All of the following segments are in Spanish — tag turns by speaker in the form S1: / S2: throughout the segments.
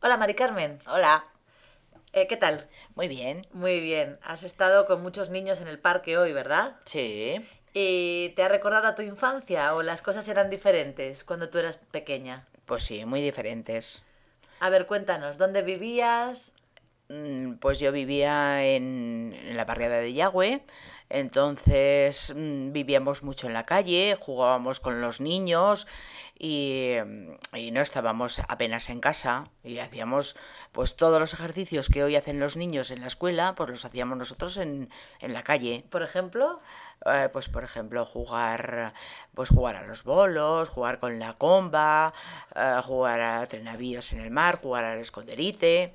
S1: Hola, Mari Carmen.
S2: Hola.
S1: Eh, ¿Qué tal?
S2: Muy bien.
S1: Muy bien. Has estado con muchos niños en el parque hoy, ¿verdad?
S2: Sí.
S1: ¿Y te ha recordado a tu infancia o las cosas eran diferentes cuando tú eras pequeña?
S2: Pues sí, muy diferentes.
S1: A ver, cuéntanos, ¿dónde vivías?
S2: Mm, Pues yo vivía en, en la barriada de Yagüe, entonces mm, vivíamos mucho en la calle, jugábamos con los niños y, mm, y no estábamos apenas en casa y hacíamos pues todos los ejercicios que hoy hacen los niños en la escuela, pues los hacíamos nosotros en, en la calle.
S1: Por ejemplo,
S2: Eh, pues por ejemplo jugar pues jugar a los bolos jugar con la comba eh, jugar a trenavíos en el mar jugar al esconderite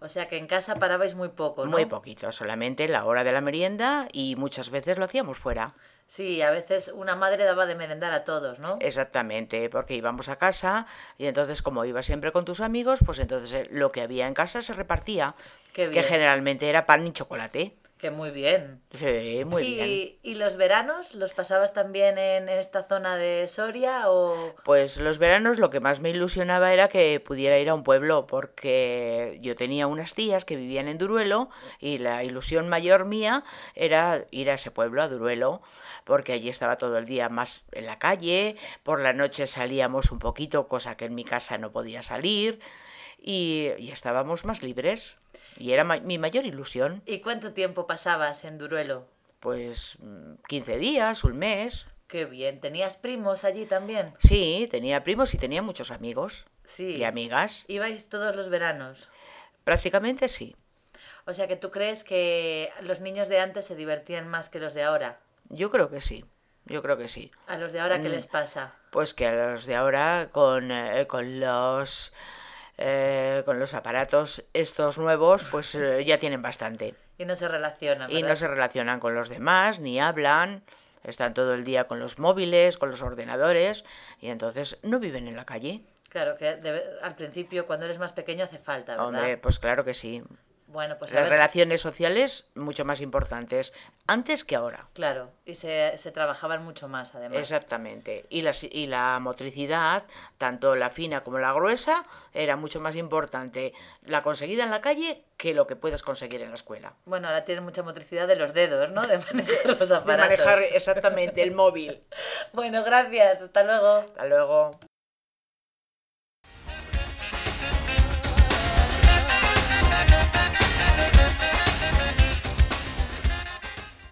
S1: o sea que en casa parabais muy poco, Pues ¿no?
S2: muy poquito solamente la hora de la merienda y muchas veces lo hacíamos fuera
S1: Sí, a veces una madre daba de merendar a todos, ¿no?
S2: Eh, exactamente porque íbamos a casa y entonces como ibas siempre con tus amigos pues entonces eh, lo que había en casa se repartía
S1: Qué
S2: que
S1: bien.
S2: generalmente era pan y chocolate
S1: Que muy bien.
S2: sí muy
S1: ¿Y,
S2: bien
S1: ¿Y los veranos los pasabas también en esta zona de Soria o...?
S2: Pues los veranos lo que más me ilusionaba era que pudiera ir a un pueblo, porque yo tenía unas tías que vivían en Duruelo y la ilusión mayor mía era ir a ese pueblo, a Duruelo, porque allí estaba todo el día más en la calle, por la noche salíamos un poquito, cosa que en mi casa no podía salir, y, y estábamos más libres. Y era ma- mi mayor ilusión,
S1: ¿Y cuánto tiempo pasabas en Duruelo?
S2: pues mm, 15 días, un mes.
S1: Qué bien. ¿Tenías primos allí también?
S2: Sí, tenía primos y tenía muchos amigos
S1: Sí.
S2: y amigas.
S1: Ibais todos los veranos.
S2: Prácticamente sí.
S1: O sea que tú crees que los niños de antes se divertían más que los de ahora.
S2: Yo creo que sí, yo creo que sí.
S1: ¿A los de ahora qué
S2: Mm.
S1: les pasa?
S2: Pues que a los de ahora con, eh, con los eh, con los aparatos estos nuevos, pues eh, ya tienen bastante
S1: Y no se relacionan.
S2: y no
S1: ¿verdad?
S2: se relacionan con los demás ni hablan, están todo el día con los móviles, con los ordenadores y entonces no viven en la calle.
S1: Claro, que debe- al principio, cuando eres más pequeño, hace falta, ¿verdad?
S2: Hombre, pues claro que sí.
S1: bueno, pues a
S2: Las
S1: ver. si-
S2: relaciones sociales mucho más importantes antes que ahora.
S1: Claro, y se, se trabajaban mucho más, además.
S2: Exactamente. Y la, y la motricidad, tanto la fina como la gruesa, era mucho más importante la conseguida en la calle que lo que puedes conseguir en la escuela.
S1: Bueno, ahora tienen mucha motricidad de los dedos, ¿no? De manejar los
S2: De
S1: aparatos.
S2: manejar exactamente el móvil.
S1: Bueno, gracias. Hasta luego.
S2: Hasta luego.